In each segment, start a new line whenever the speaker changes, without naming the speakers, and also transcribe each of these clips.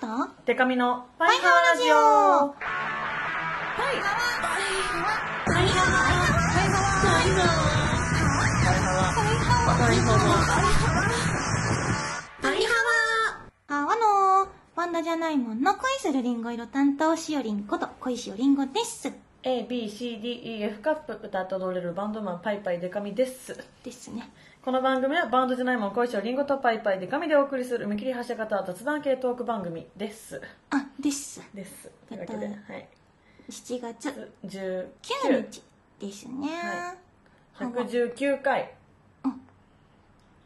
とワイ
手紙のワイハワラジ
ハ
オ
ワラジオワイハワワイハワワイハワワイハワワイハワワイハワワイハワワイハワあわのパンダじゃないもんの恋するりんご色担当しおりんこと恋しおりんごです
ABCDEF カップ歌って踊れるバンドマンパイパイデカミです
ですね
この番組はバンドじゃないもん恋しょりんごとパイパイデカミでお送りする見切り発車型雑談系トーク番組です
あです
ですというわけで、はい、
7月
19
9日ですね、
はい119回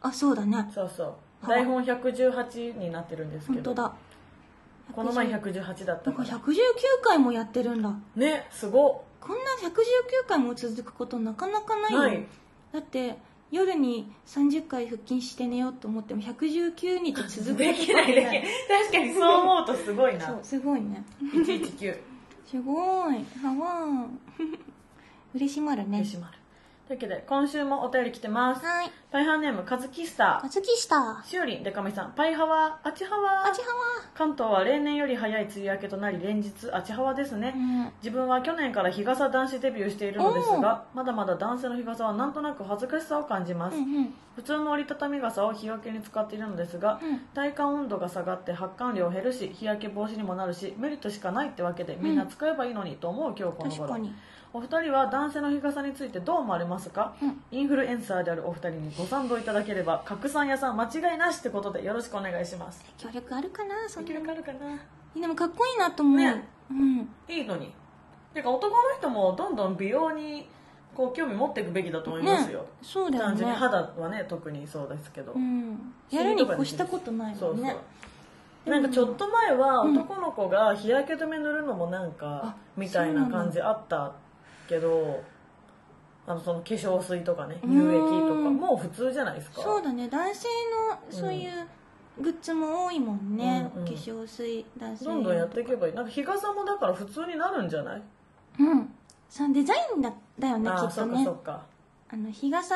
あそうだね
そうそう台本118になってるんですけ
本
ど
当だ
この前118だった
なんか
から
119回もやってるんだ
ねすご
こんな119回も続くことなかなかないよ、
ない
だって夜に30回腹筋して寝ようと思っても119日続く
できないできない確かに そう思うとすごい
そう
な
すごいね
119
すごいはわー 嬉しまるね
嬉しまるというわけで今週もお便り来てます
はい
パイハーネームカズキッサ
あずきしたあ
しおりんでかみさんパイハワーあちハワー
ちは
関東は例年より早い梅雨明けとなり連日あちハワですね、
わー、
自分は去年から日傘男子デビューしているのですがまだまだ男性の日傘はなんとなく恥ずかしさを感じます、
うん、うんうん
普通の折りたたみ傘を日よけに使っているのですが、
うん
体感温度が下がって発汗量減るし日焼け防止にもなるしメリットしかないってわけでみんな使えばいいのにと思う今日この
確
頃、
かに
お二人は男性の日傘についてどう思われますか、
うん
インフルエンサーであるお二人にご賛同いただければ拡散屋さん間違いなしってことでよろしくお願いします
協力あるかなそんな
明らかあるかな
でもかっこいいなと思う、
ね
うん
いいのにてか男の人もどんどん美容にこう興味持っていくべきだと思いますよ、
そうだよ
単純に
ね
肌はね特にそうですけど、
うんやるに越したことない
そ
も
うんそう
ね
なんかちょっと前は
うん
男の子が日焼け止め塗るのもなん
あ
かみたいな感じあったけどあのその化粧水とかね
うー
乳
ん
液とかもう普通じゃないですか
そうだね男性のそういうグッズも多いもんね、
うんうん
化粧水男性
どんどんやっていけばいいなんか日傘もだから普通になるんじゃない
うんそのデザインだだよね
あ
き
あ
っと
そっか
ね
そっか
あの日傘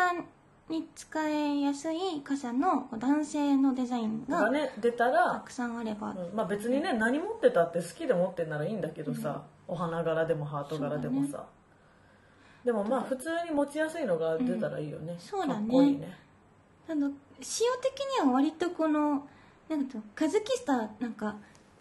に使いやすい傘の男性のデザイン
が
が
ね出
た
たら、
くさんあれば、
うんまあ別にね何持ってたって好きで持ってんならいいんだけどさ、お花柄でもハート柄でも
そう
さ、でもまあ普通に持ちやすいのが出たらいいよね、
そうだね
かっこいいね
あの仕様的には割とこのなんかカズキスタなんか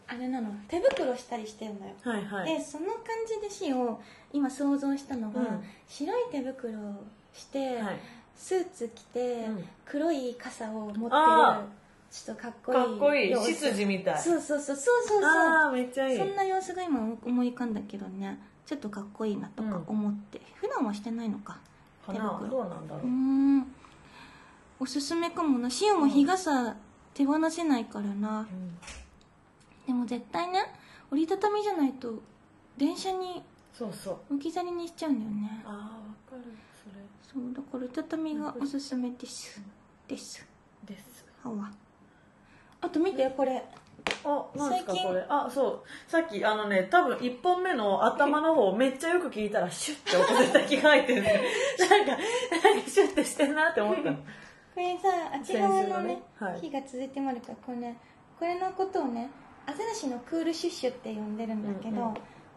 あれなの手袋したりしてるのよ
はいはい
でその感じでしを今想像したのが、
うん
白い手袋をして、
はい、
スーツ着て、
うん
黒い傘を持ってる
あ
ちょっとかっこいい
かっこいい
様子
執事みたい
そうそうそうそうそう
ああめっちゃいい
そんな様子が今思い浮かんだけどねちょっとかっこいいなとか思って、普段はしてないのか
か
手
な
袋
どうなんだろ
うー
うん
おすすめかもなシオも日傘手放せないからな
うん
でも絶対ね折りたたみじゃないと電車に
そうそう
置き去りにしちゃうんだよね
ああわかるそ
そうだから折りたたみがおすすめですです
れです
はわあと見てこれ
あなんですか
最近
これあそうさっきあのね多分1本目の頭の方めっちゃよく聞いたらシュッて音出た気が入ってるね なんかなんかシュッてしてんなって思ったの
これさあっち側
先週
のね
のねはい
日が続いてもあるからこれ,、ね、これのことをねアザラシのクールシュッシュって呼んでるんだけど、
うんうん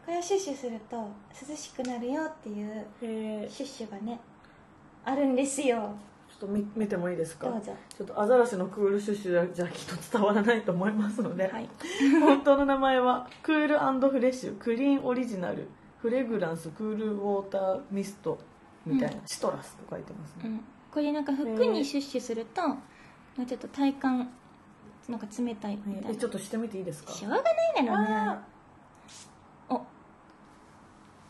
これをシュッシュすると涼しくなるよっていう
へえち
シュッシュがねあるんですよ
ょっと見見てもいいですか
どうぞ
ちょっとアザラシのクールシュッシュじゃきっと伝わらないと思いますので、
はい
本当の名前はクールフレッシュクリーンオリジナルフレグランスクールウォーターミストみたいな、シトラスと書いてます
う
ね、
ん、これなんか服にシュッシュすると、なんかちょっと体感なんか冷たいみた
え
い
ちょ
な
っとしてみていいですか
しょうがないだろう
あ
なお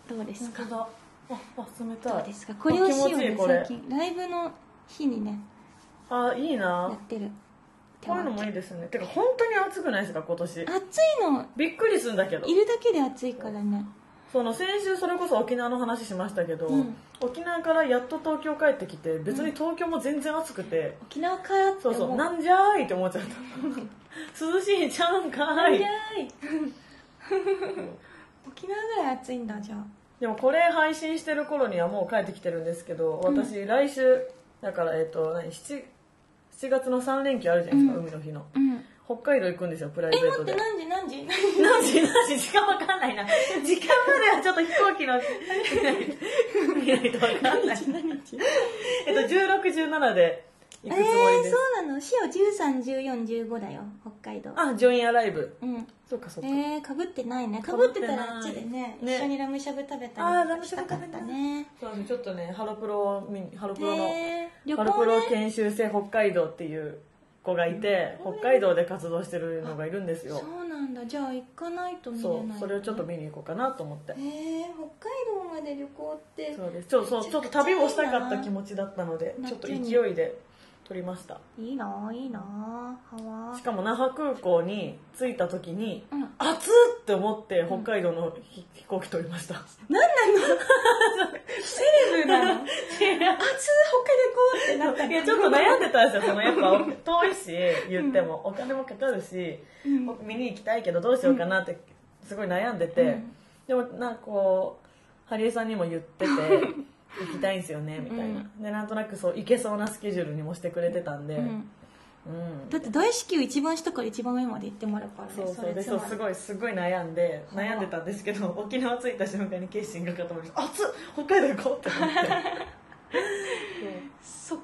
どうですか
本当だああ冷たい
どうですかこれを
あ気持
し
ち
よう
いい
ね
これ
最近ライブの日にね
あいい
や
な
ってる
こういうのもいいですねてか本当に暑くないですか今年
暑いの
びっくりするんだけど
いるだけで暑いからね
その先週それこそ沖縄の話しましたけど、
うん
沖縄からやっと東京帰ってきて別に東京も全然暑くて、
沖縄からって
そう
思
そううなんじゃーいって思っちゃった涼しいちゃうんか
な
ー
ん
い
じゃーい 沖縄ぐらい暑いんだじゃあ
でもこれ配信してる頃にはもう帰ってきてるんですけど私来週だからえっと何 7, 7月の3連休あるじゃないですか、
うん
海の日の
うん
北海道行くんですよプライベ
え
ー
待
ト
って
で
何時何時何時
何時何時時間わかんないな時間まではちょっと飛行機の見ないとわかんない
何時
えっと1617で
え
行
ー、
くつもりです、
そうなの潮131415だよ北海道
あジョインアライブ
うん
そうかそうか、
えー、かぶってないね
被
か
って
ぶ
ない
ってたらあっちでね
ね
一緒にラムしゃぶ食べたり
あーラムしゃぶ
したかったね
そうですちょっとねハロプロを見ハロプロの、
へー旅
ハロプ
行
ロ
ね
研修生北海道っていう子がいて、北海道で活動してるのがいるんですよ
そうなんだじゃあ行かないと見れない
そ
ね
うそれをちょっと見に行こうかなと思って
えー、北海道まで旅行って
そうですちょそうちょっと旅をしたかった気持ちだったので
めっ
ち
ち
ょ
ゃ
っ
いい
と
な
勢いで撮りました
いいないいなハワ
しかも那覇空港に着いた時に
うん
「暑っ!」って思って北海道のひ、飛行機撮りました
セレブなの暑い北海道行こうってなった
いやちょっと悩んでたんですよそのやっぱ遠いし言っても、お金もかかるし、
うん
僕見に行きたいけどどうしようかなってすごい悩んでて、
うん
でもなんかこうハリエさんにも 言ってて行きたいんですよねみたいな、でなんとなくそう行けそうなスケジュールにもしてくれてたんで、う
うんんだって大至急一番下から一番上まで行ってもらうからね
そうそう
れ
で
つ
そう
まり
すごいすごい悩んで悩んでたんですけど沖縄着いた瞬間に決心が固まりました熱っ北海道行こうって思って
即
そう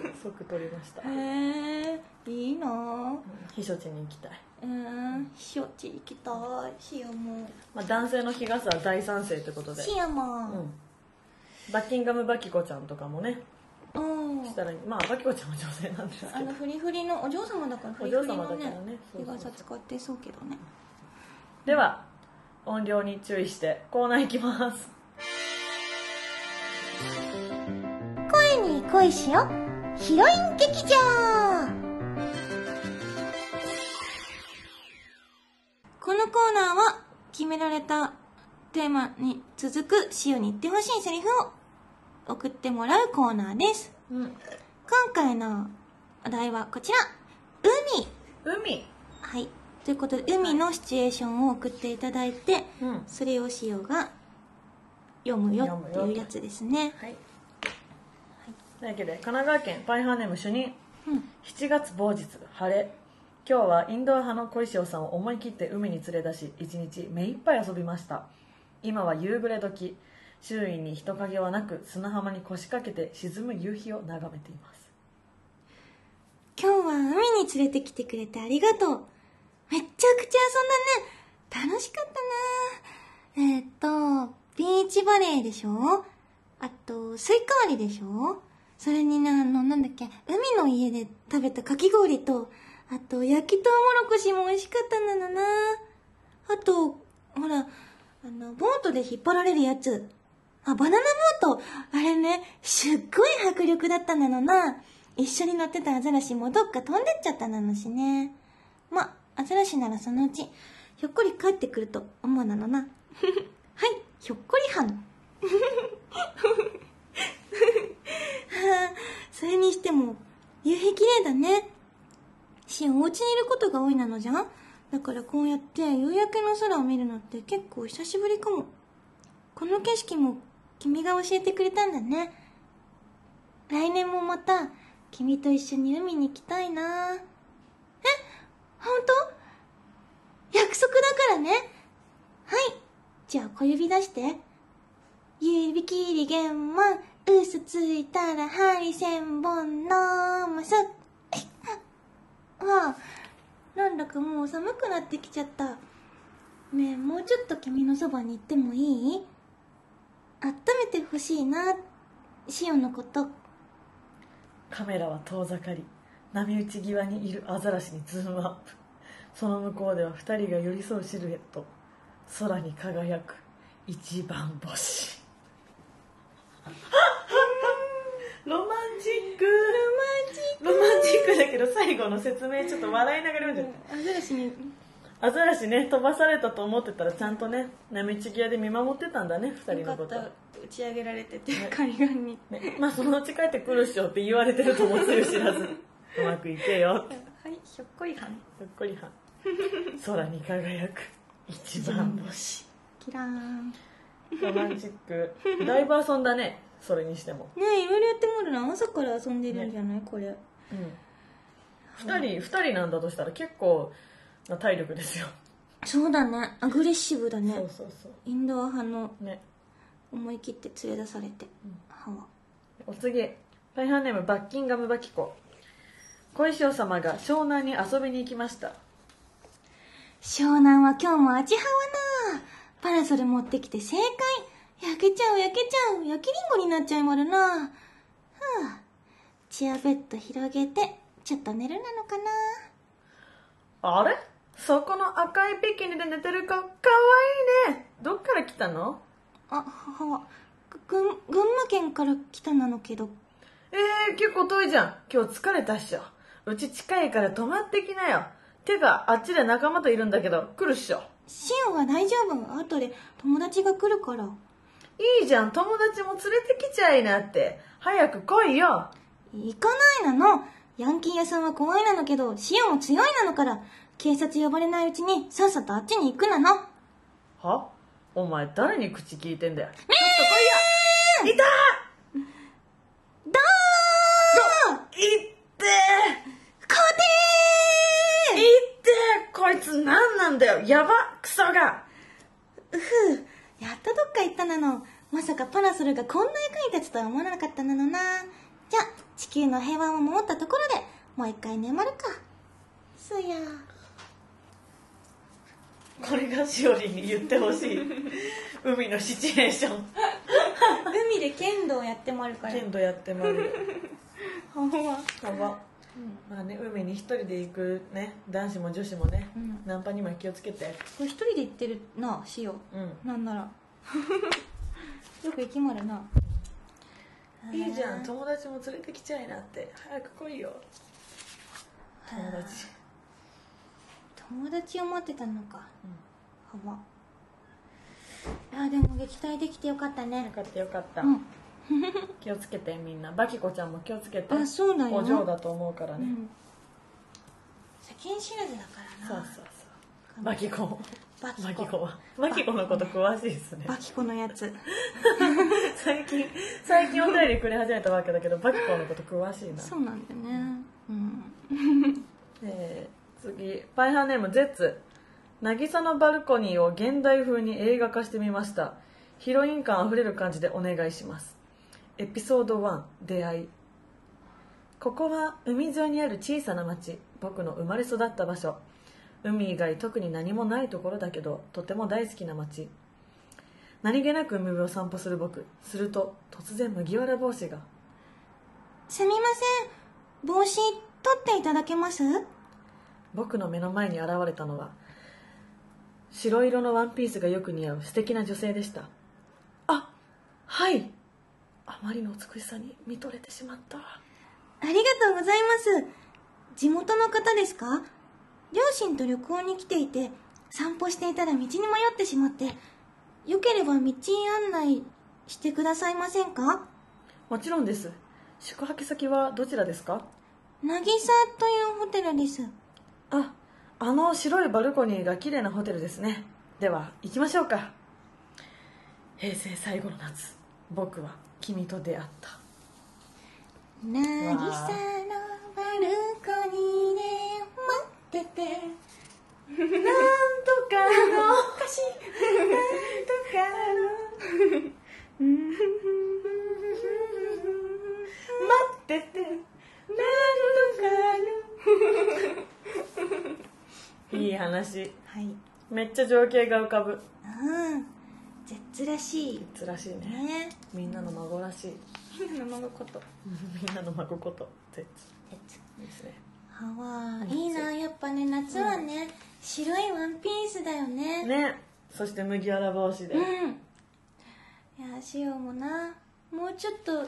即即取りました
へえいいなぁ
避暑地に行きたい、
うん避暑地行きたいシアも
まあ、男性の日傘は大賛成ということで、
シア
う
も
ん、バッキンガムバキコちゃんとかもね
うん
したらまあバキコちゃんは女性なんですけど
あのフリフリのお嬢様だからフリフリの
お嬢様だから
ね
ねそう
日
そうそ
傘
う
使ってそうけどね
では音量に注意してコーナー行きます
声に恋しよヒロイン劇場このコーナーは決められたテーマに続くしおに言ってほしいセリフを送ってもらうコーナーです
うん
今回のお題はこちら海
海
はいということで海のシチュエーションを送っていただいて
うんは
それをしおが読むよっていうやつですね
いというわけで神奈川県パイハーネーム主任
うん
7月某日晴れ今日はインドア派の小石尾さんを思い切って海に連れ出し一日目いっぱい遊びました今は夕暮れ時周囲に人影はなく砂浜に腰掛けて沈む夕日を眺めています
今日は海に連れてきてくれてありがとう。めっちゃくちゃ遊んだね。楽しかったなえーっと、ビーチバレーでしょあと、スイカ割りでしょそれにね、あの、なんだっけ、海の家で食べたかき氷と、あと、焼きとうもろこしも美味しかったんだなあと、ほら、あの、ボートで引っ張られるやつ。あ、バナナボートあれね、すっごい迫力だったなのな。一緒に乗ってたアザラシもどっか飛んでっちゃったなのしね。ま、アザラシならそのうち、ひょっこり帰ってくると思うなのな。 はい、ひょっこりはん。は あそれにしても、夕日綺麗だね。し、お家にいることが多いなのじゃんだからこうやって夕焼けの空を見るのって結構久しぶりかも。この景色も君が教えてくれたんだね。来年もまた君と一緒に海に行きたいなえ本当約束だからねはいじゃあ小指出して指切り玄満嘘ついたら針千本のまさわあなんだかもう寒くなってきちゃったねえもうちょっと君のそばに行ってもいい温めてほしいなシオンのこと
カメラは遠ざかり波打ち際にいるアザラシにズームアップその向こうでは2人が寄り添うシルエット空に輝く一番星 ロマンチックロマンチックだけど最後の説明ちょっと笑いながら読んじゃった
アザラシに
アザラシね飛ばされたと思ってたらちゃんとね波打ち際で見守ってたんだね2人
よか
のこ
っ
と
た打ち上げられてて海岸に
ね、まあそのうち帰ってくるっしょって言われてると思ってる知ら ずうまくいけよって
はいひょっこりはん
ひょっこりはん空に輝く一番星
キラーンね
ロマンチックだいぶ遊んだねそれにしても、
えいろいろやってもらうな朝から遊んでるんじゃない、これ
うん、 2人、二人なんだとしたら結構な体力ですよ。
そうだねアグレッシブだね
そうそうそ
インドア派の
う。ね。
思い切って連れ出されて、
うん
歯は
お次大半ネームバッキンガムバキコ小石王様が湘南に遊びに行きました
湘南は今日もあちはわなパラソル持ってきて正解焼けちゃう焼けちゃう焼きりんごになっちゃいまるなはあチアベッド広げてちょっと寝るなのかな
あれそこの赤いビキニで寝てる子かわいいねどっから来たの
あははぐん群馬県から来たなのけど
えー、結構遠いじゃん今日疲れたっしょうち近いから泊まってきなよてかあっちで仲間といるんだけど来るっしょ
シオは大丈夫後で友達が来るから
いいじゃん友達も連れてきちゃいなって早く来いよ
行かないなのヤンキー屋さんは怖いなのけどシオも強いなのから警察呼ばれないうちにさっさとあっちに行くなの
はお前誰に口聞いてんだよ
え
いた
ーどー
いってー
勝て
いってこいつ何なんだよやばクソが
ーふうやっとどっか行ったなのまさかパラソルがこんな役に立つとは思わなかったなのなじゃあ地球の平和を守ったところでもう一回眠るかすや
これがしおりんに言ってほしい海のシチュエーショ ン
海で剣道やってもあるか
剣道やってまる
ほんま
やばまあね海に一人で行くね男子も女子もね、
うん
ナンパにも気をつけて
これ一人で行ってるなしよ
うん
なんな らよく行きまるない
いじゃん友達も連れてきちゃいなって早く来いよ友達
友達を待ってたのか
うん
はばいやでも撃退できてよかった
よ
ね
かったよかった、
うん
気をつけてみんなバキコちゃんも気をつけて
あそうだよ
お嬢だと思うから
う
ね、
ん世間知らずだから
そう
な
そうそうバキコも
バキ
マ
コ
キコはマキコのこと詳しいですね
バキコのやつ
最近最近お便りくれ始めたわけだけどバキコのこと詳しいな
そうなんだよねうん
えー次パイハーネームゼッツ渚のバルコニーを現代風に映画化してみましたヒロイン感あふれる感じでお願いしますエピソード1出会いここは海沿いにある小さな町僕の生まれ育った場所海以外特に何もないところだけどとても大好きな町何気なく海辺を散歩する僕すると突然麦わら帽子が
すみません帽子取っていただけます
僕の目の前に現れたのは白色のワンピースがよく似合う素敵な女性でしたあはいあまりの美しさに見とれてしまった
ありがとうございます。地元の方ですか両親と旅行に来ていて、散歩していたら道に迷ってしまって、よければ道案内してくださいませんか
もちろんです宿泊先はどちらですか
渚というホテルです。
ああの白いバルコニーが綺麗なホテルですねでは行きましょうか平成最後の夏僕は君と出会った
渚のバルコニーで待 ってて。
なんとかの歌詞なん とかの待っててなんとかのいい話
はい。
めっちゃ情景が浮かぶ
うん。絶らしい
つらしいね
ね。
みんなの孫らしい
生のこと。
みんなの孫こと絶ですね
はわいいなやっぱね夏はね、白いワンピースだよね
ねそして麦わら帽子で
うんいやしおもなもうちょっと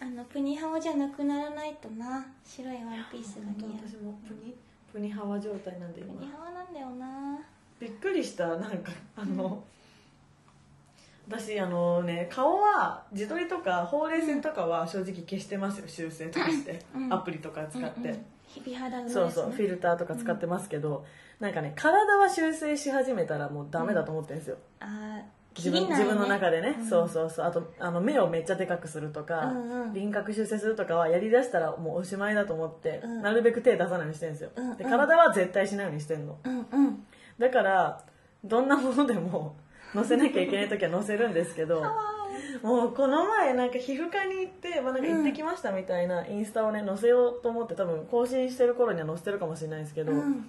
あのプニハオじゃなくならないとな白いワンピースが
本当
似合う
私もプニプニハワ状態なんで
プニ
今
ハオなんだよな
びっくりしたなんかあの、私あのね顔は自撮りとかほうれい線とかは正直消してますよ修正とかして、
うん
アプリとか使って、
うんうん日々肌のですね
そうそうフィルターとか使ってますけど、なんかね体は修正し始めたらもうダメだと思ってるんですよ、
あー
自分
切りない
自
ね
分の中でね、
うん
そうそうそうあとあの目をめっちゃでかくするとか、
うんうん
輪郭修正するとかはやりだしたらもうおしまいだと思って、
うん
なるべく手出さないようにしてるんですよ、
うんうん
で体は絶対しないようにしてるの
うんうん
だからどんなものでも 乗せなきゃいけない時は乗せるんですけどもうこの前なんか皮膚科に行って、まあ、なんか行ってきましたみたいなインスタをね載せようと思って多分更新してる頃には載せてるかもしれないですけど、
うん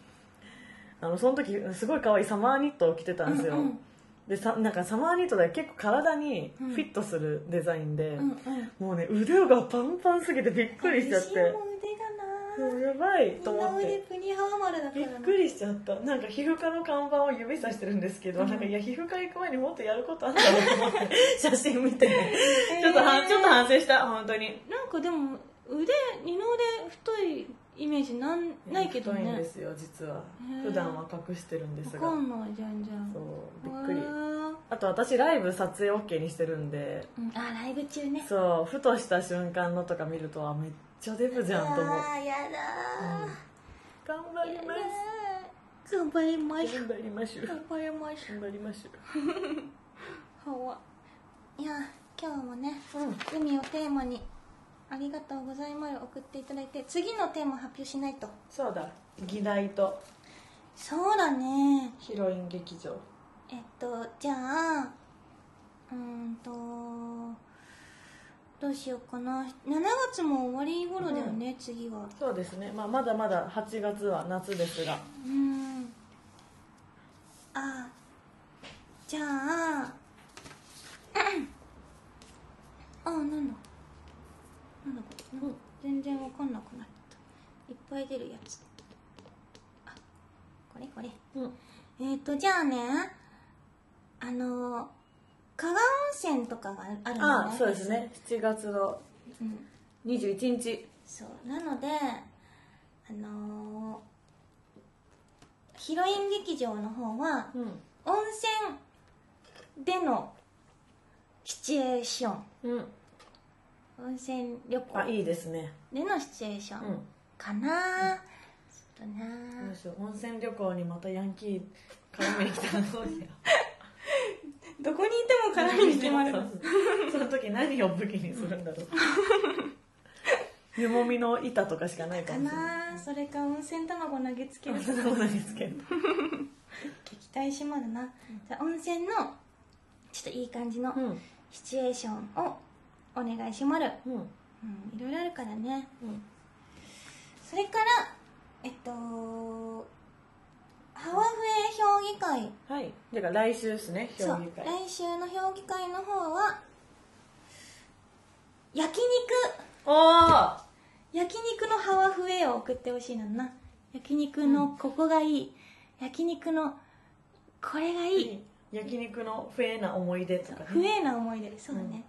あのその時すごい可愛いサマーニットを着てたんですよ、
うんうん
でさなんかサマーニットで結構体にフィットするデザインで、
うんうん
もうね腕がパンパンすぎてびっくりしちゃっ
私も
て
腕がな
もうやばいと
こんな
思っ
腕
て
プニハワ丸だか
びっ
らな
くりしちゃったなんか皮膚科の看板を指さしてるんですけど、なんかいや皮膚科行く前にもっとやることあったのと思って 写真見て、ちょっとはちょっと反省した本当に
なんかでも腕二の腕太いイメージなんないけど
太いん
ね
ですよ実は
へー
普段は隠してるんです
わ
が
かんないじゃんじゃん
そうびっくり
うわ
あと私ライブ撮影 OK にしてるんで
ーうんあライブ中ね
そうふとした瞬間のとか見るとあめっちゃデブじゃんと思う、
あーやだー、
頑張りま
す頑張りますしょ
頑
う
張りましょう
頑張りましょう
頑張りましょ
はわいや今日もね
ううん
海をテーマにありがとうございます送っていただいて次のテーマ発表しないと
そうだ議題と
そうだね
ヒロイン劇場
えっとじゃあうーんとどうしようかな7月も終わり頃だよね、次は
そうですね、まあ、まだまだ8月は夏ですが
うーんあじゃああなんだなんだこれなんか全然わかんなくなったいっぱい出るやつあこれこれ
うん
えっ、とじゃあねあの加賀温泉とかがあるのね
ああそうですね7月の
うん
21日
そうなのであのーヒロイン劇場の方は
うん
温泉でのシチュエーション
うん
温泉旅
あ
行
いいですね
でのシチュエーショ
う
ン
ん
かな、ちょっとな
どうしよう温泉旅行にまたヤンキー絡みに来たらどうしよう
どこにいても絡みに決まる
その時何を武器にするんだろう湯もみの板とかしかないか
か
もしれない
なそれか温泉卵投げつ ける
そんなことないですけど
期待しまるな、じゃあ温泉のちょっといい感じの
うん
シチュエーションをお願いしまる、
うん
うん、いろいろあるからね
うん
それからえっとハワフエ評議会
はいだから来週ですね評議会
そう来週の評議会の方は焼肉
おー
焼肉のハワフエを送ってほしいのにな焼肉のここがいい、焼肉のこれがいい、
焼肉の不えな思い出とか
不衛な思い出そうだね、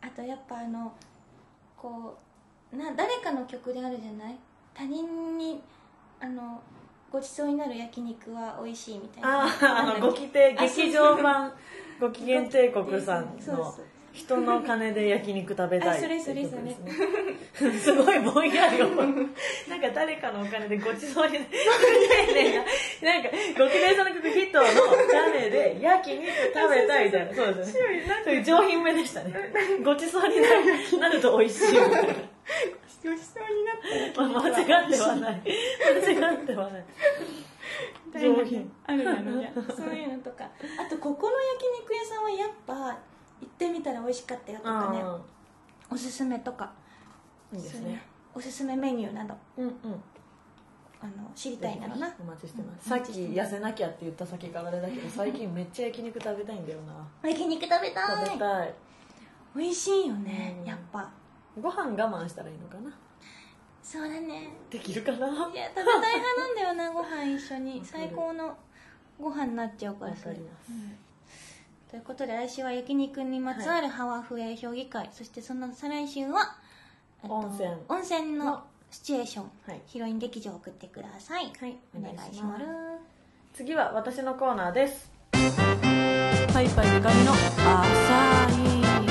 あとやっぱあのこうな誰かの曲であるじゃない他人にあのごちそうになる焼肉は美味しいみたいな
あああのご規定劇場版ご機嫌帝国さん
そう
の
そう
人の金で焼肉食べたい
あそれそれ
っていうことですね すごいぼんやりをなんか誰かのお金でごちそうにねえねえなんかご機嫌さんの曲ヒットの金で焼肉食べたいみたいなそうですねそういう上品目でしたねごちそうになるなると美味しいみたいな
ごちそうになっ
まあ間違ってはない間違ってはない
た
上品
あるなのじゃ んそういうのとかあとここの焼肉屋さんはやっぱ行ってみたら美味しかったよとかねおすすめとか
うんいいです
そういう
ね
おすすめメニューなど
うんうん
あの知りたいならな
お待ちしてますさっき
お待ちして
痩せなきゃって言った先からあれだけど最近めっちゃ焼肉食べたいんだよな
焼肉食べたい
食べたい
美味しいよね、
うん
やっぱ
ご飯我慢したらいいのかな
そうだね
できるかない
や食べたい派なんだよなご飯一緒に
わかる
最高のご飯になっちゃうから
わ
そ
か
れ
ります
うんということで来週は焼肉にまつわるハワフエ評議会、そしてその再来週はえっと
温泉
温泉の
の
シチュエーション
はい
ヒロイン劇場を送ってください、
はい
お願いします
次は私のコーナーですパイパイゆかみの浅い話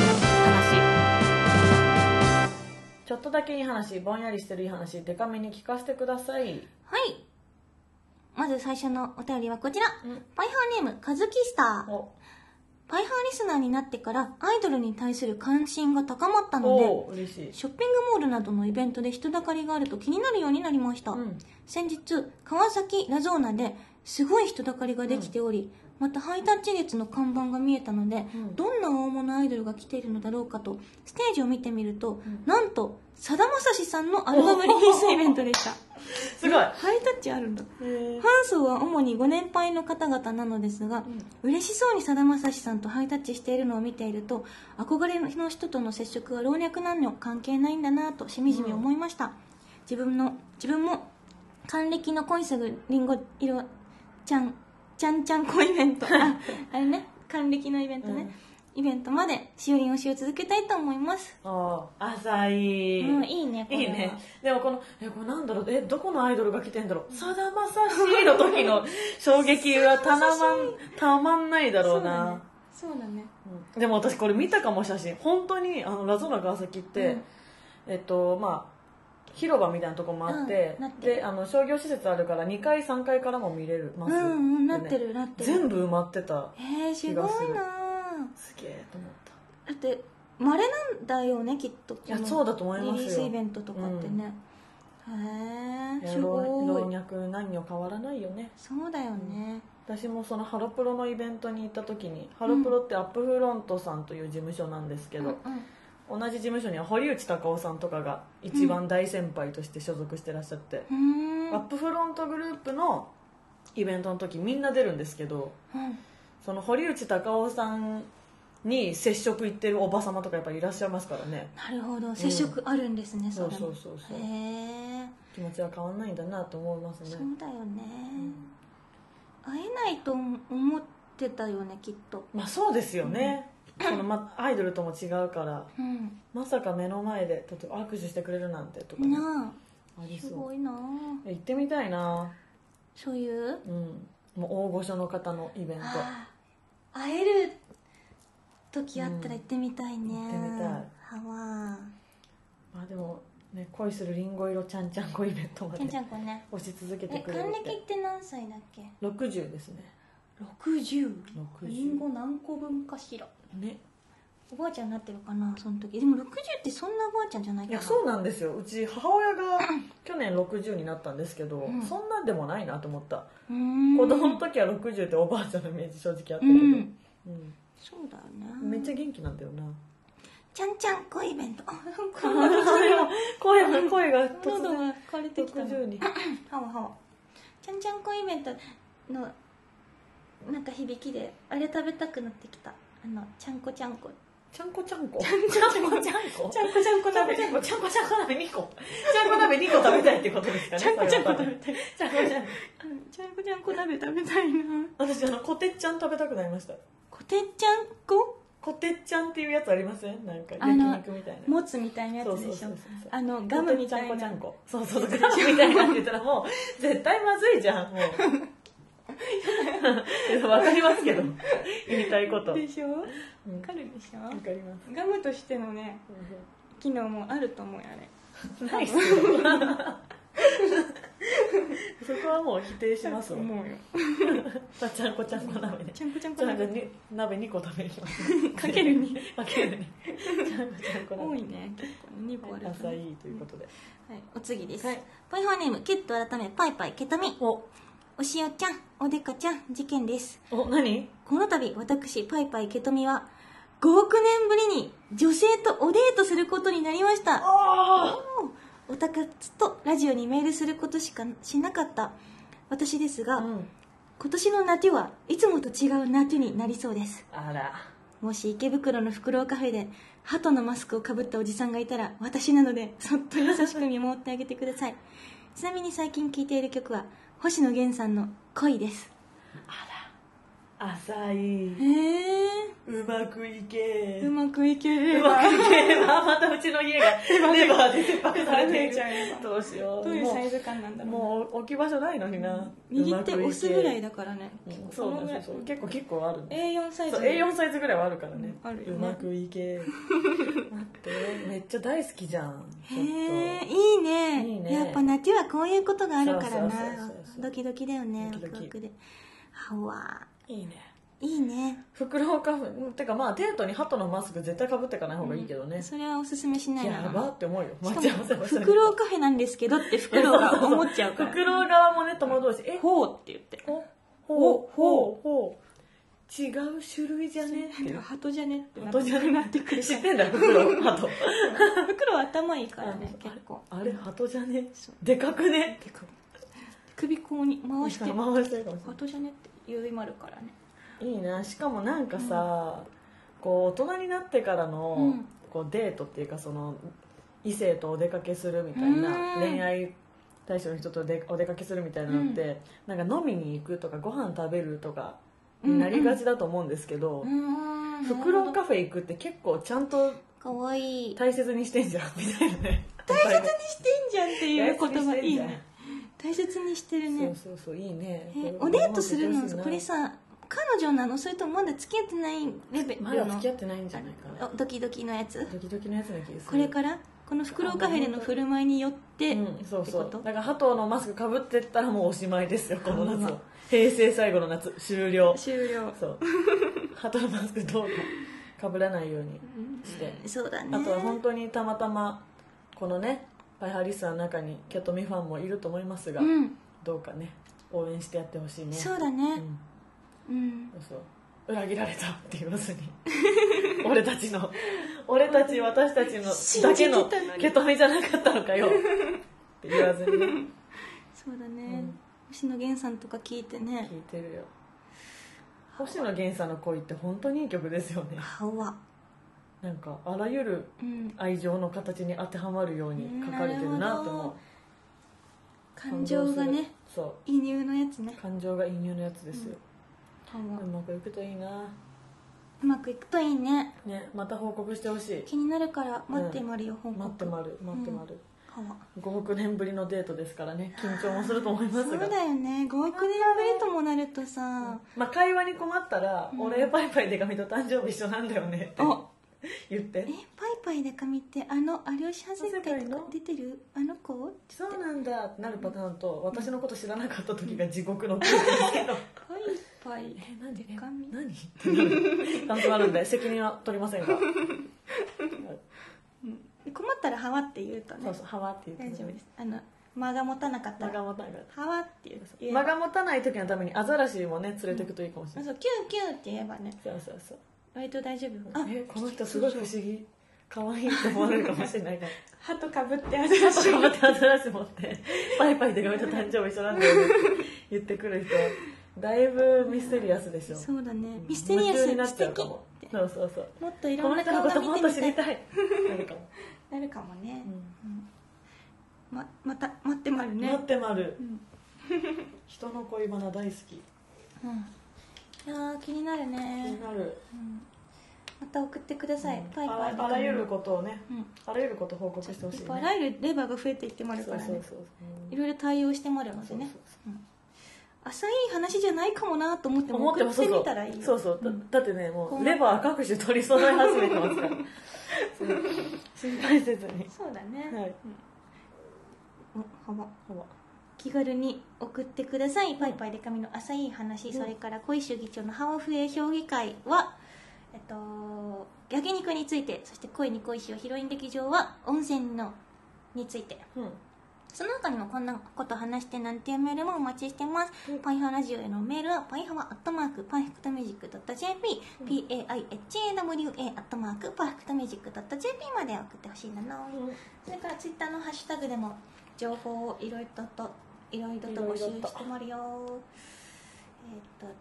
ちょっとだけいい話ぼんやりしてるいい話デカめに聞かせてください
はいまず最初のお便りはこちら、
うん
パイハーネームカズキスター
お
パイハーリスナーになってからアイドルに対する関心が高まったので
おおー嬉しい
ショッピングモールなどのイベントで人だかりがあると気になるようになりました、
うん
先日川崎ラゾーナですごい人だかりができており、またハイタッチ列の看板が見えたので、
うん
どんな大物アイドルが来ているのだろうかとステージを見てみると、
ん
なんとさだまさしさんのアルバムリリースイベントでした
すごいへ
ハイタッチあるんだファ
ー
ン層は主にご年配の方々なのですが、嬉しそうにさだまさしさんとハイタッチしているのを見ていると憧れの人との接触は老若男女関係ないんだなとしみじみ思いました、自分の自分も還暦の恋するりんご色ちゃんちゃんちゃんこイベ ントああれね還暦のイベントね、イベントまでしおりん推しを続けたいと思います、
ああ浅い、
うんいいねこれ
い
はい
ねでもこのえこれなんだろうえどこのアイドルが来てんだろうさだまさしの時の 衝撃はたまんたまんないだろうな
そうだね
うんでも私これ見たかも写真本当にあのラゾーナ川崎って、えっとまあ広場みたいなとこもあって,、
うんなってる
であの商業施設あるから2階3階からも見れるま
そう
す
だねうんうんな
で
っ
ね
てるなってる
全部埋まってた
えー、すごいなあ
すげえと思った
だってまれなんだよねきっと
いやそうだと思いますよ
リリースイベントとかってね、へえすご
老
い
若男女変わらないよね
そうだよね、
私もそのハロプロのイベントに行った時にハロプロってアップフロントさんという事務所なんですけ
うんうん
ど、同じ事務所には堀内孝雄さんとかが一番大先輩として所属してらっしゃって、
うーん
アップフロントグループのイベントの時みんな出るんですけど
うん
その堀内孝雄さんに接触行ってるおば様とかやっぱりいらっしゃいますからね
なるほど接触あるんですね、
そ
そうれも
そうそうそう
へえ
気持ちは変わんないんだなと思います
そ
ね
うだよね、会えないと思ってたよねきっと
まあそうですよね、そのま、アイドルとも違うから
うん
まさか目の前で例えば握手してくれるなんてとか、ね、
な
あ
あ
り
す
そ
ご
う
いなあ
行ってみたいな
そういう
うんもう大御所の方のイベント行
あー会える時あったら行ってみたいね、
うん行ってみたい
はわ
まあでもね恋するりんご色ちゃんちゃんこイベントま
ー
で
けんちゃんこね
押し続けて
え
くれる
還
っ
暦
て
って何歳だっけ
60ですね
60?
60
りんご何個分かしら
ね
おばあちゃんになってるかなその時でも60ってそんなおばあちゃんじゃない
い
かな
やそうなんですようち母親が去年60になったんですけど、
ん
そんなんでもないなと思った、
うーん
子供の時は60っておばあちゃんのイメージ正直あったけど、
うん
うん
そうだよね
めっちゃ元気なんだよな
ちゃんちゃんこイベントあなんか
声が声が 突
喉
然
が枯れてきた
60に
はわはわちゃんちゃんこイベントのなんか響きであれ食べたくなってきたあのちゃんこちゃんこ
ちゃんこちゃんこちゃんこちゃんこちゃんこちゃんこちゃんこ食べちゃんこちゃんこちゃんこ鍋2個ちゃんこ鍋2個食べたいってことですかね
ちゃんこちゃんこ食べ
たいちゃんこちゃんこ
うんちゃんこちゃんこ鍋食べたいな
私あのこてっちゃん食べたくなりました
こてっちゃんこ
こてっちゃんっていうやつありませんなんか
あ
焼
の
肉みたいな
もつみたいなや
そう
つ
そ
で
う
し
そ
ょ
うそう
あのガムみたい
ち
な
ゃ
ん
こちゃんこそうそうそうガムみたいなって言ったらもう 絶対まずいじゃんもうわかりますけど言いたいことわ
でしょわ
うん
かるでしょ
かります
ガムとしてのね機能もあると思うよあれ
ないっすよ そこはもう否定します
と
わ
思うよ
まあちゃんこちゃんこ鍋ね
ちゃんこちゃんこ
ちゃんこ
鍋
に鍋2個食べに行きます
かけるに
かけるねちゃんこちゃんこ
多
鍋
いね結構ね2個ある
野
とね
菜ということで
はい、お次です、
はい
パイハーネームケット改めパイパイケタミ
お
おしおちゃんおでかちゃん事件です
お何
この度私パイパイケトミは5億年ぶりに女性とおデートすることになりました
あ
おたかつとラジオにメールすることしかしなかった私ですが、
あうん
今年の夏はいつもと違う夏になりそうです
あら
もし池袋のフクロウカフェで鳩のマスクをかぶったおじさんがいたら私なのでそっと優しく見守ってあげてくださいちなみに最近聴いている曲は星野源さんの「恋」です
浅
へ
い
え
うまくいけ
うまくいけれ
う
ば
まくいければまたうちの家 がレバーで切迫されている
切られちゃえば
どうしよう
ズ感なんだ
もうもう置き場所ないのにな
右手押すぐらい
だ
だからね
そうなんですよそう結構結構あるんです
A4 サイズ
そう A4 サイズぐらいはあるからね
うんあるよね
うまくい け待ってめっちゃ大好きじゃんちょっ
へ
と
えいいね
いいね
やっぱ夏はこういうことがあるからな
そうそうそうそう
ドキドキだよね
ドキド
ワ
キ
クワクではわ
いいね
いいね
フクロウ花粉てかまあテントにハトのマスク絶対かぶっていかない方がいいけどね、
それはおすすめしない
やば
な
って思うよ
し
待ち合わせ
かも
をす
フ
る
クロウカフェなんですけどってフクロウが思っちゃうか
フ
ら
クロウ側もね戸惑うしえ
ほうって言って
ほ
ほ
ほ
ほ
ほほ違う種類じゃねっていう
ハトじゃねってな
ハトじゃね
なってくるか
知
ら
ってんだよフクロウハト
フクロウ頭いいからね
うん
結構
あれハトじゃね
そう
でかくね
でかい首こうに回してハ
回してるかもしれ
トじゃねって言いまるからね
ないいいなしかもなんかさ、こう大人になってからの、
うん
こうデートっていうかその異性とお出かけするみたいな、
うん
恋愛対象の人とでお出かけするみたいなのって、なんか飲みに行くとかご飯食べるとかになりがちだと思うんですけど、
うーん
フクロウカフェ行くって結構ちゃんと
かわいい
大切にしてんじゃんみたいなね
大切にしてんじゃんっていう
大切
言
に
葉
してん
いい
じゃん
ね大切にしてるね
そうそうそういいね
えおデートするの
こ
これさ彼女なのそれともまだ付き合ってないレベルの
まだ付き合ってないんじゃないかな
おドキドキのやつ
ドキドキのやつな気がする
これからこのフクロウカフェでの振る舞いによって、
うん、そうそ
っ
う
てこと
だからハトのマスクかぶってったらもうおしまいですよこの夏
う
は
わ
平成最後の夏終了
終了
そうハトのマスクどうかかぶらないようにして、
そうだね
あとは本当にたまたまこのねパイハーリスナーの中にキャットミファンもいると思いますが、
うん
どうかね応援してやってほしいね
そうだね
ん
うん、
そうそう裏切られたって言わずに 俺たちの俺たち私たちのだけの
信じてたのに
受け止めじゃなかったのかよって言わずにね
そうだね、
うん
星野源さんとか聞いてね
聞いてるよ星野源さんの恋って本当にいい曲ですよね
歯は
なんかあらゆる
うん
愛情の形に当てはまるように書かれてるな
な
と
る
思
ほ
う
感情が
感動す
ね
るそ
移入のやつね
う感情が移入のやつですよ、
歯
う
は
まくいくといいな
うまくいくといいね
ねまた報告してほしい
気になるから待ってまるよ、報告
待ってまる待ってまる、
歯は
5億年ぶりのデートですからね緊張もすると思いま
そ
す
う
が
だよね5億年ぶりともなるとさ、
まあ、会話に困ったら「
うん
俺パイパイでかみと誕生日一緒なんだよね」って
お
言って
えパイパイでかみってあの有吉反省会とか出てるあの子
「そうなんだ」ってなるパターンと私のこと知らなかった時が地獄の空気ですけど
パイパイ
え何え
でかみ
何 ってなる感想あるんで責任は取りま せんが
うん困ったら「はわ」って言うとね
そうそう「はわ」って言
大
って
丈夫
ね
ですあの間が持たなかった
間
ら
が
「
持たない
はわ」って言う言えば
間が持たない時のためにアザラシもね連れていくといいかもしれ
あ
ない、
そうキュンキュンって言えばね
そうそうそう
割と大丈夫
あえこの人すごい不思議可愛いって思われるかもしれないから
歯とかぶってあるらしい
頑張って新しい持ってパイパイでガメと誕生日一緒なんだよねって言ってくる人だいぶミステリアスでしょ
そうだね
うん
ミステリア
夢
ス
中になっ
素
ちゃう
敵
かも
って
そうそうそう
もっとい
こ
ろん
の
な
人の
顔
こ
が
と
見
も
み
ってと知
た
り
い
たいなるかも、
なるかもね
う、ん
うんままた待ってまるね
待ってまる
うん
人の恋バナ大好き
うん、いやー気になる
気
ね
に、なる、
うん、また送ってください、パイパ
あ
イ
らあらゆることをね
と、うん、
あらゆること報告してほし
い
い、
っ
ね、
ぱいあらゆるレバーが増えていってもある
そ
か
う
ら
そ
ね
うそう
いろいろ対応してもあるので
そうそう
ね
そう
浅い話じゃないかもなと思っても
思って
送
も
っ
そう
て
そ
み
う
たらいいよ
そうそうだ
ん
だってねも
こ
う
う
レバー各種取り揃え始めてます からそう心配せずに
そうだね、
はい
うん、おはば
ほら
気軽に送ってください「パイパイでかみの浅い話」それから恋主義長のハワフエ評議会はえっと焼肉についてそして恋に恋しようヒロイン劇場は温泉のについて
うん
その他にもこんなこと話してなんていうメールもお待ちしてます。
うん
パイハワラジオへのメールは、パイハワアットマーク、パーフェクトミュージック .jp、p-a-i-h-a-w-a アットマーク、パーフェクトミュージック .jp まで送ってほしいなな。それからツイッターのハッシュタグでも、情報をいろいろと、いろいろと募集してもらうよ。えーっと、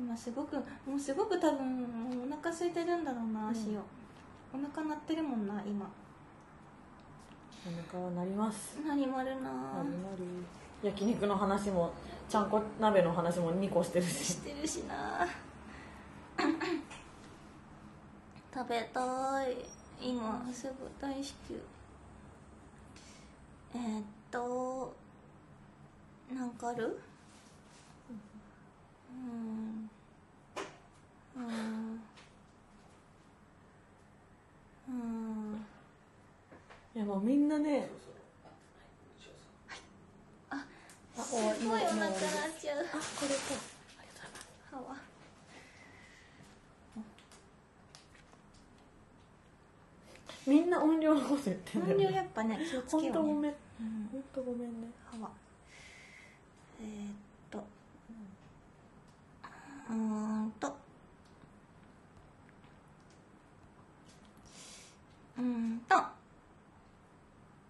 今すごく、もうすごく多分、もうお腹空いてるんだろうな、
うん
足を。お腹鳴ってるもんな、今。
お腹はなります
なりまるな
なるなる焼肉の話もちゃんこ鍋の話も2個してるし
してるしな 食べたい今すぐ大至急えーっとなんかあるうんうんうん
いやもうみんなね
すごいお腹鳴っちゃう
あこれか
歯は
みんな音量のこと言ってんだ
音
よ、
量
ね、
やっぱね気をつけよ
本当ご
うねうん
めん本当ごめんね
歯はえー、っとうーんとうーんと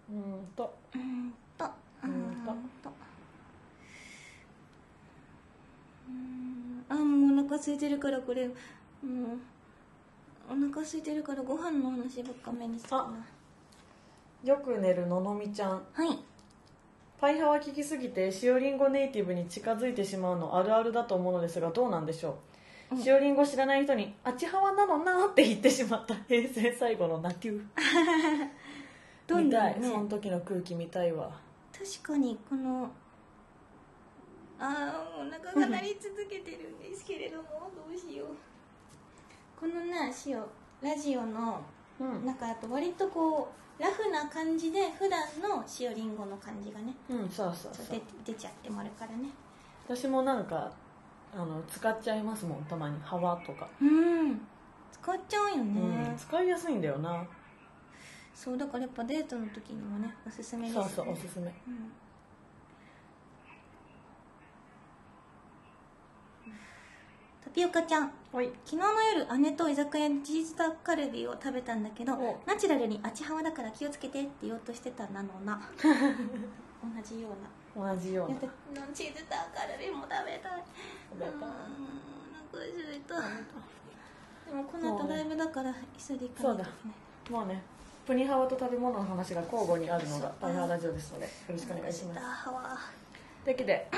うんと
うーんとうーんとうーんあもうお腹空いてるからこれもうんお腹空いてるからご飯の話ばっか目につくな
あよく寝るののみちゃん
はい
パイ派は聞きすぎてしおりんごネイティブに近づいてしまうのあるあるだと思うのですがどうなんでしょう、
うん
しおりんご知らない人に「あちはわなのな」って言ってしまった平成最後のナテュー
どん
見
どん
た
ね
い、その時の空気見たいわ
確かにこのあーお腹が鳴り続けてるんですけれどもどうしようこのねしおラジオの
う
中だと割とこうラフな感じで普段のしおりんごの感じがね
うんそうそう
ちょっ
そ
と
う
出出ちゃってもあるからね
私もなんかあの使っちゃいますもんたまに「はわ」とか、
うん使っちゃうよね、
うん、使いやすいんだよな
そうだからやっぱデートの時にもねおすすめです、
そ
ね、
うそうおすすめ
うんタピオカちゃん
はい
昨日の夜姉と居酒屋でチーズタッカルビを食べたんだけど
お
ナチュラルに「あちはわだから気をつけて」って言おうとしてたなのな同じような
同じよう
いや
な
だってチーズタッカルビも食べたい
食べたい
うんお腹すいたでもこの後ライブだから急いで行かないといけない
そうもうねプニハワと食べ物の話が交互にあるのがパイハワラジオですのでよろしくお願いし
お
ます
腹すいたはわ
というわけで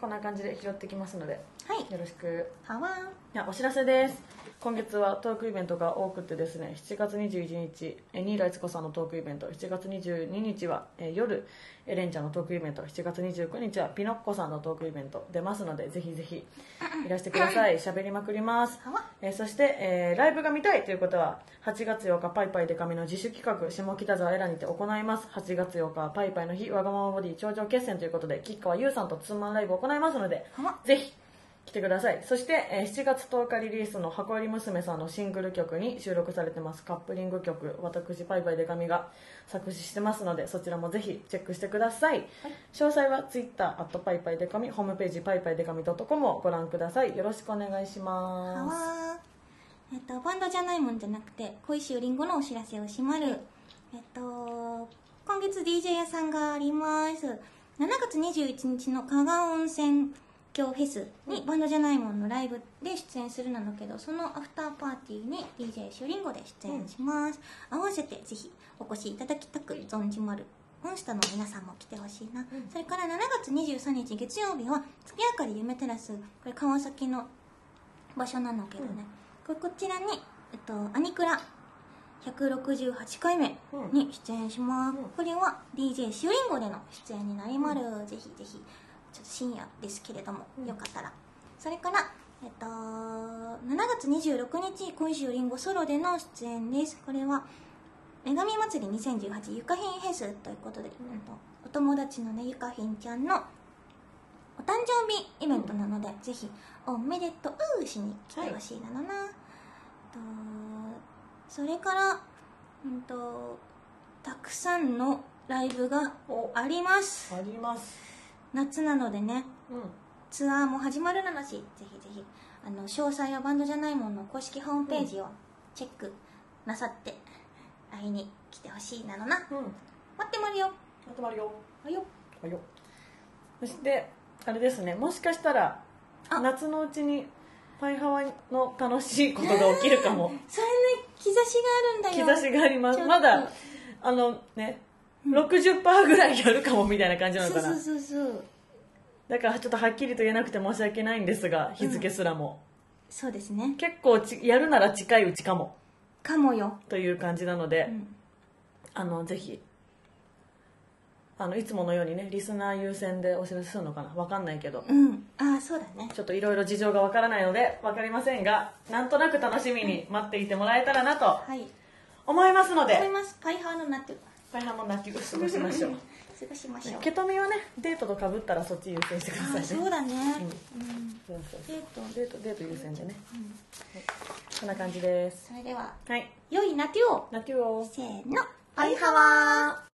こんな感じで拾ってきますので
はい
よろしく
はわん
いやお知らせです今月はトークイベントが多くてですね7月21日えー新浦悦子さんのトークイベント7月22日は、えー夜エレンちゃんのトークイベント7月29日はピノッコさんのトークイベント出ますのでぜひぜひいらしてください喋りまくります
はわ
えーそして、えーライブが見たいという方は8月8日パイパイデカミの自主企画下北沢エラにて行います8月8日はパイパイの日わがままボディ頂上決戦ということで吉川優さんとツーマンライブを行いますので
はわ
ぜひ来てくださいそして、えー7月10日リリースの箱入り娘さんのシングル曲に収録されてますカップリング曲私パイパイデカミが作詞してますのでそちらもぜひチェックしてください、詳細は Twitter アットパイパイデカミホームページパイパイデカミ .com をご覧くださいよろしくお願いし
は
ます
わーえっとバンドじゃないもんじゃなくて恋しおりんごのお知らせをしまる、えっと今月 DJ 屋さんがあります7月21日の加賀温泉郷フェスにバンドじゃないもんのライブで出演するなのけどそのアフターパーティーに DJ しおりんごで出演します、合わせてぜひお越しいただきたく存じまる本下の皆さんも来てほしいな、それから7月23日月曜日は月明かり夢テラスこれ川崎の場所なのけどね、ここちらに、えっと、アニクラ168回目に出演します、
うん
これは DJ しおりんごでの出演になりまる、ぜひぜひちょっと深夜ですけれども、
うん
よかったらそれからえっと7月26日今週りんごソロでの出演ですこれは女神祭り2018ゆかひんフェスということで、えっ
ん
とお友達のねゆかひんちゃんのお誕生日イベントなので、ぜひおめでとうしに来てほしいなのな、とそれから、うん、とたくさんのライブが
お
あります
あります
夏なのでね
う
ツアーも始まるなのしぜひぜひあの詳細はバンドじゃないものの公式ホームページをチェックなさって会いに来てほしいなのなん
うん
待ってまるよ
集まるよ
あよ
はいよそしてあれですねもしかしたら
あ
夏のうちにパイハワの楽しいことが起きるかも
それね兆しがあるんだよ
兆しがありま
ち
す
ょっと
まだあのね60%ぐらいやるかもみたいな感じなの
そ
か
う
な
そうそうそう
だからちょっとはっきりと言えなくて申し訳ないんですが日付すらも、
そうですね
結構ちやるなら近いうちかも
かもよ、
という感じなので、
うん、
あのぜひあのいつものようにねリスナー優先でお知らせするのかなわかんないけど、
うん、ああそうだね
ちょっといろいろ事情がわからないのでわかりませんがなんとなく楽しみに待っていてもらえたらなと
はい
思いますの
思い
で
ますパイハーのなって
大半も泣き過ごしましょう
過ごしましょう。
受け止めはねデートとかぶったらそっち優先してくださ
あ
いね
そうだね。うん。
そうそう
デート、
デートデート優先でね
うん
こんな感じです
それでは、
はい
良い夏を
ナテュオ
せーの。
アイ
ハワー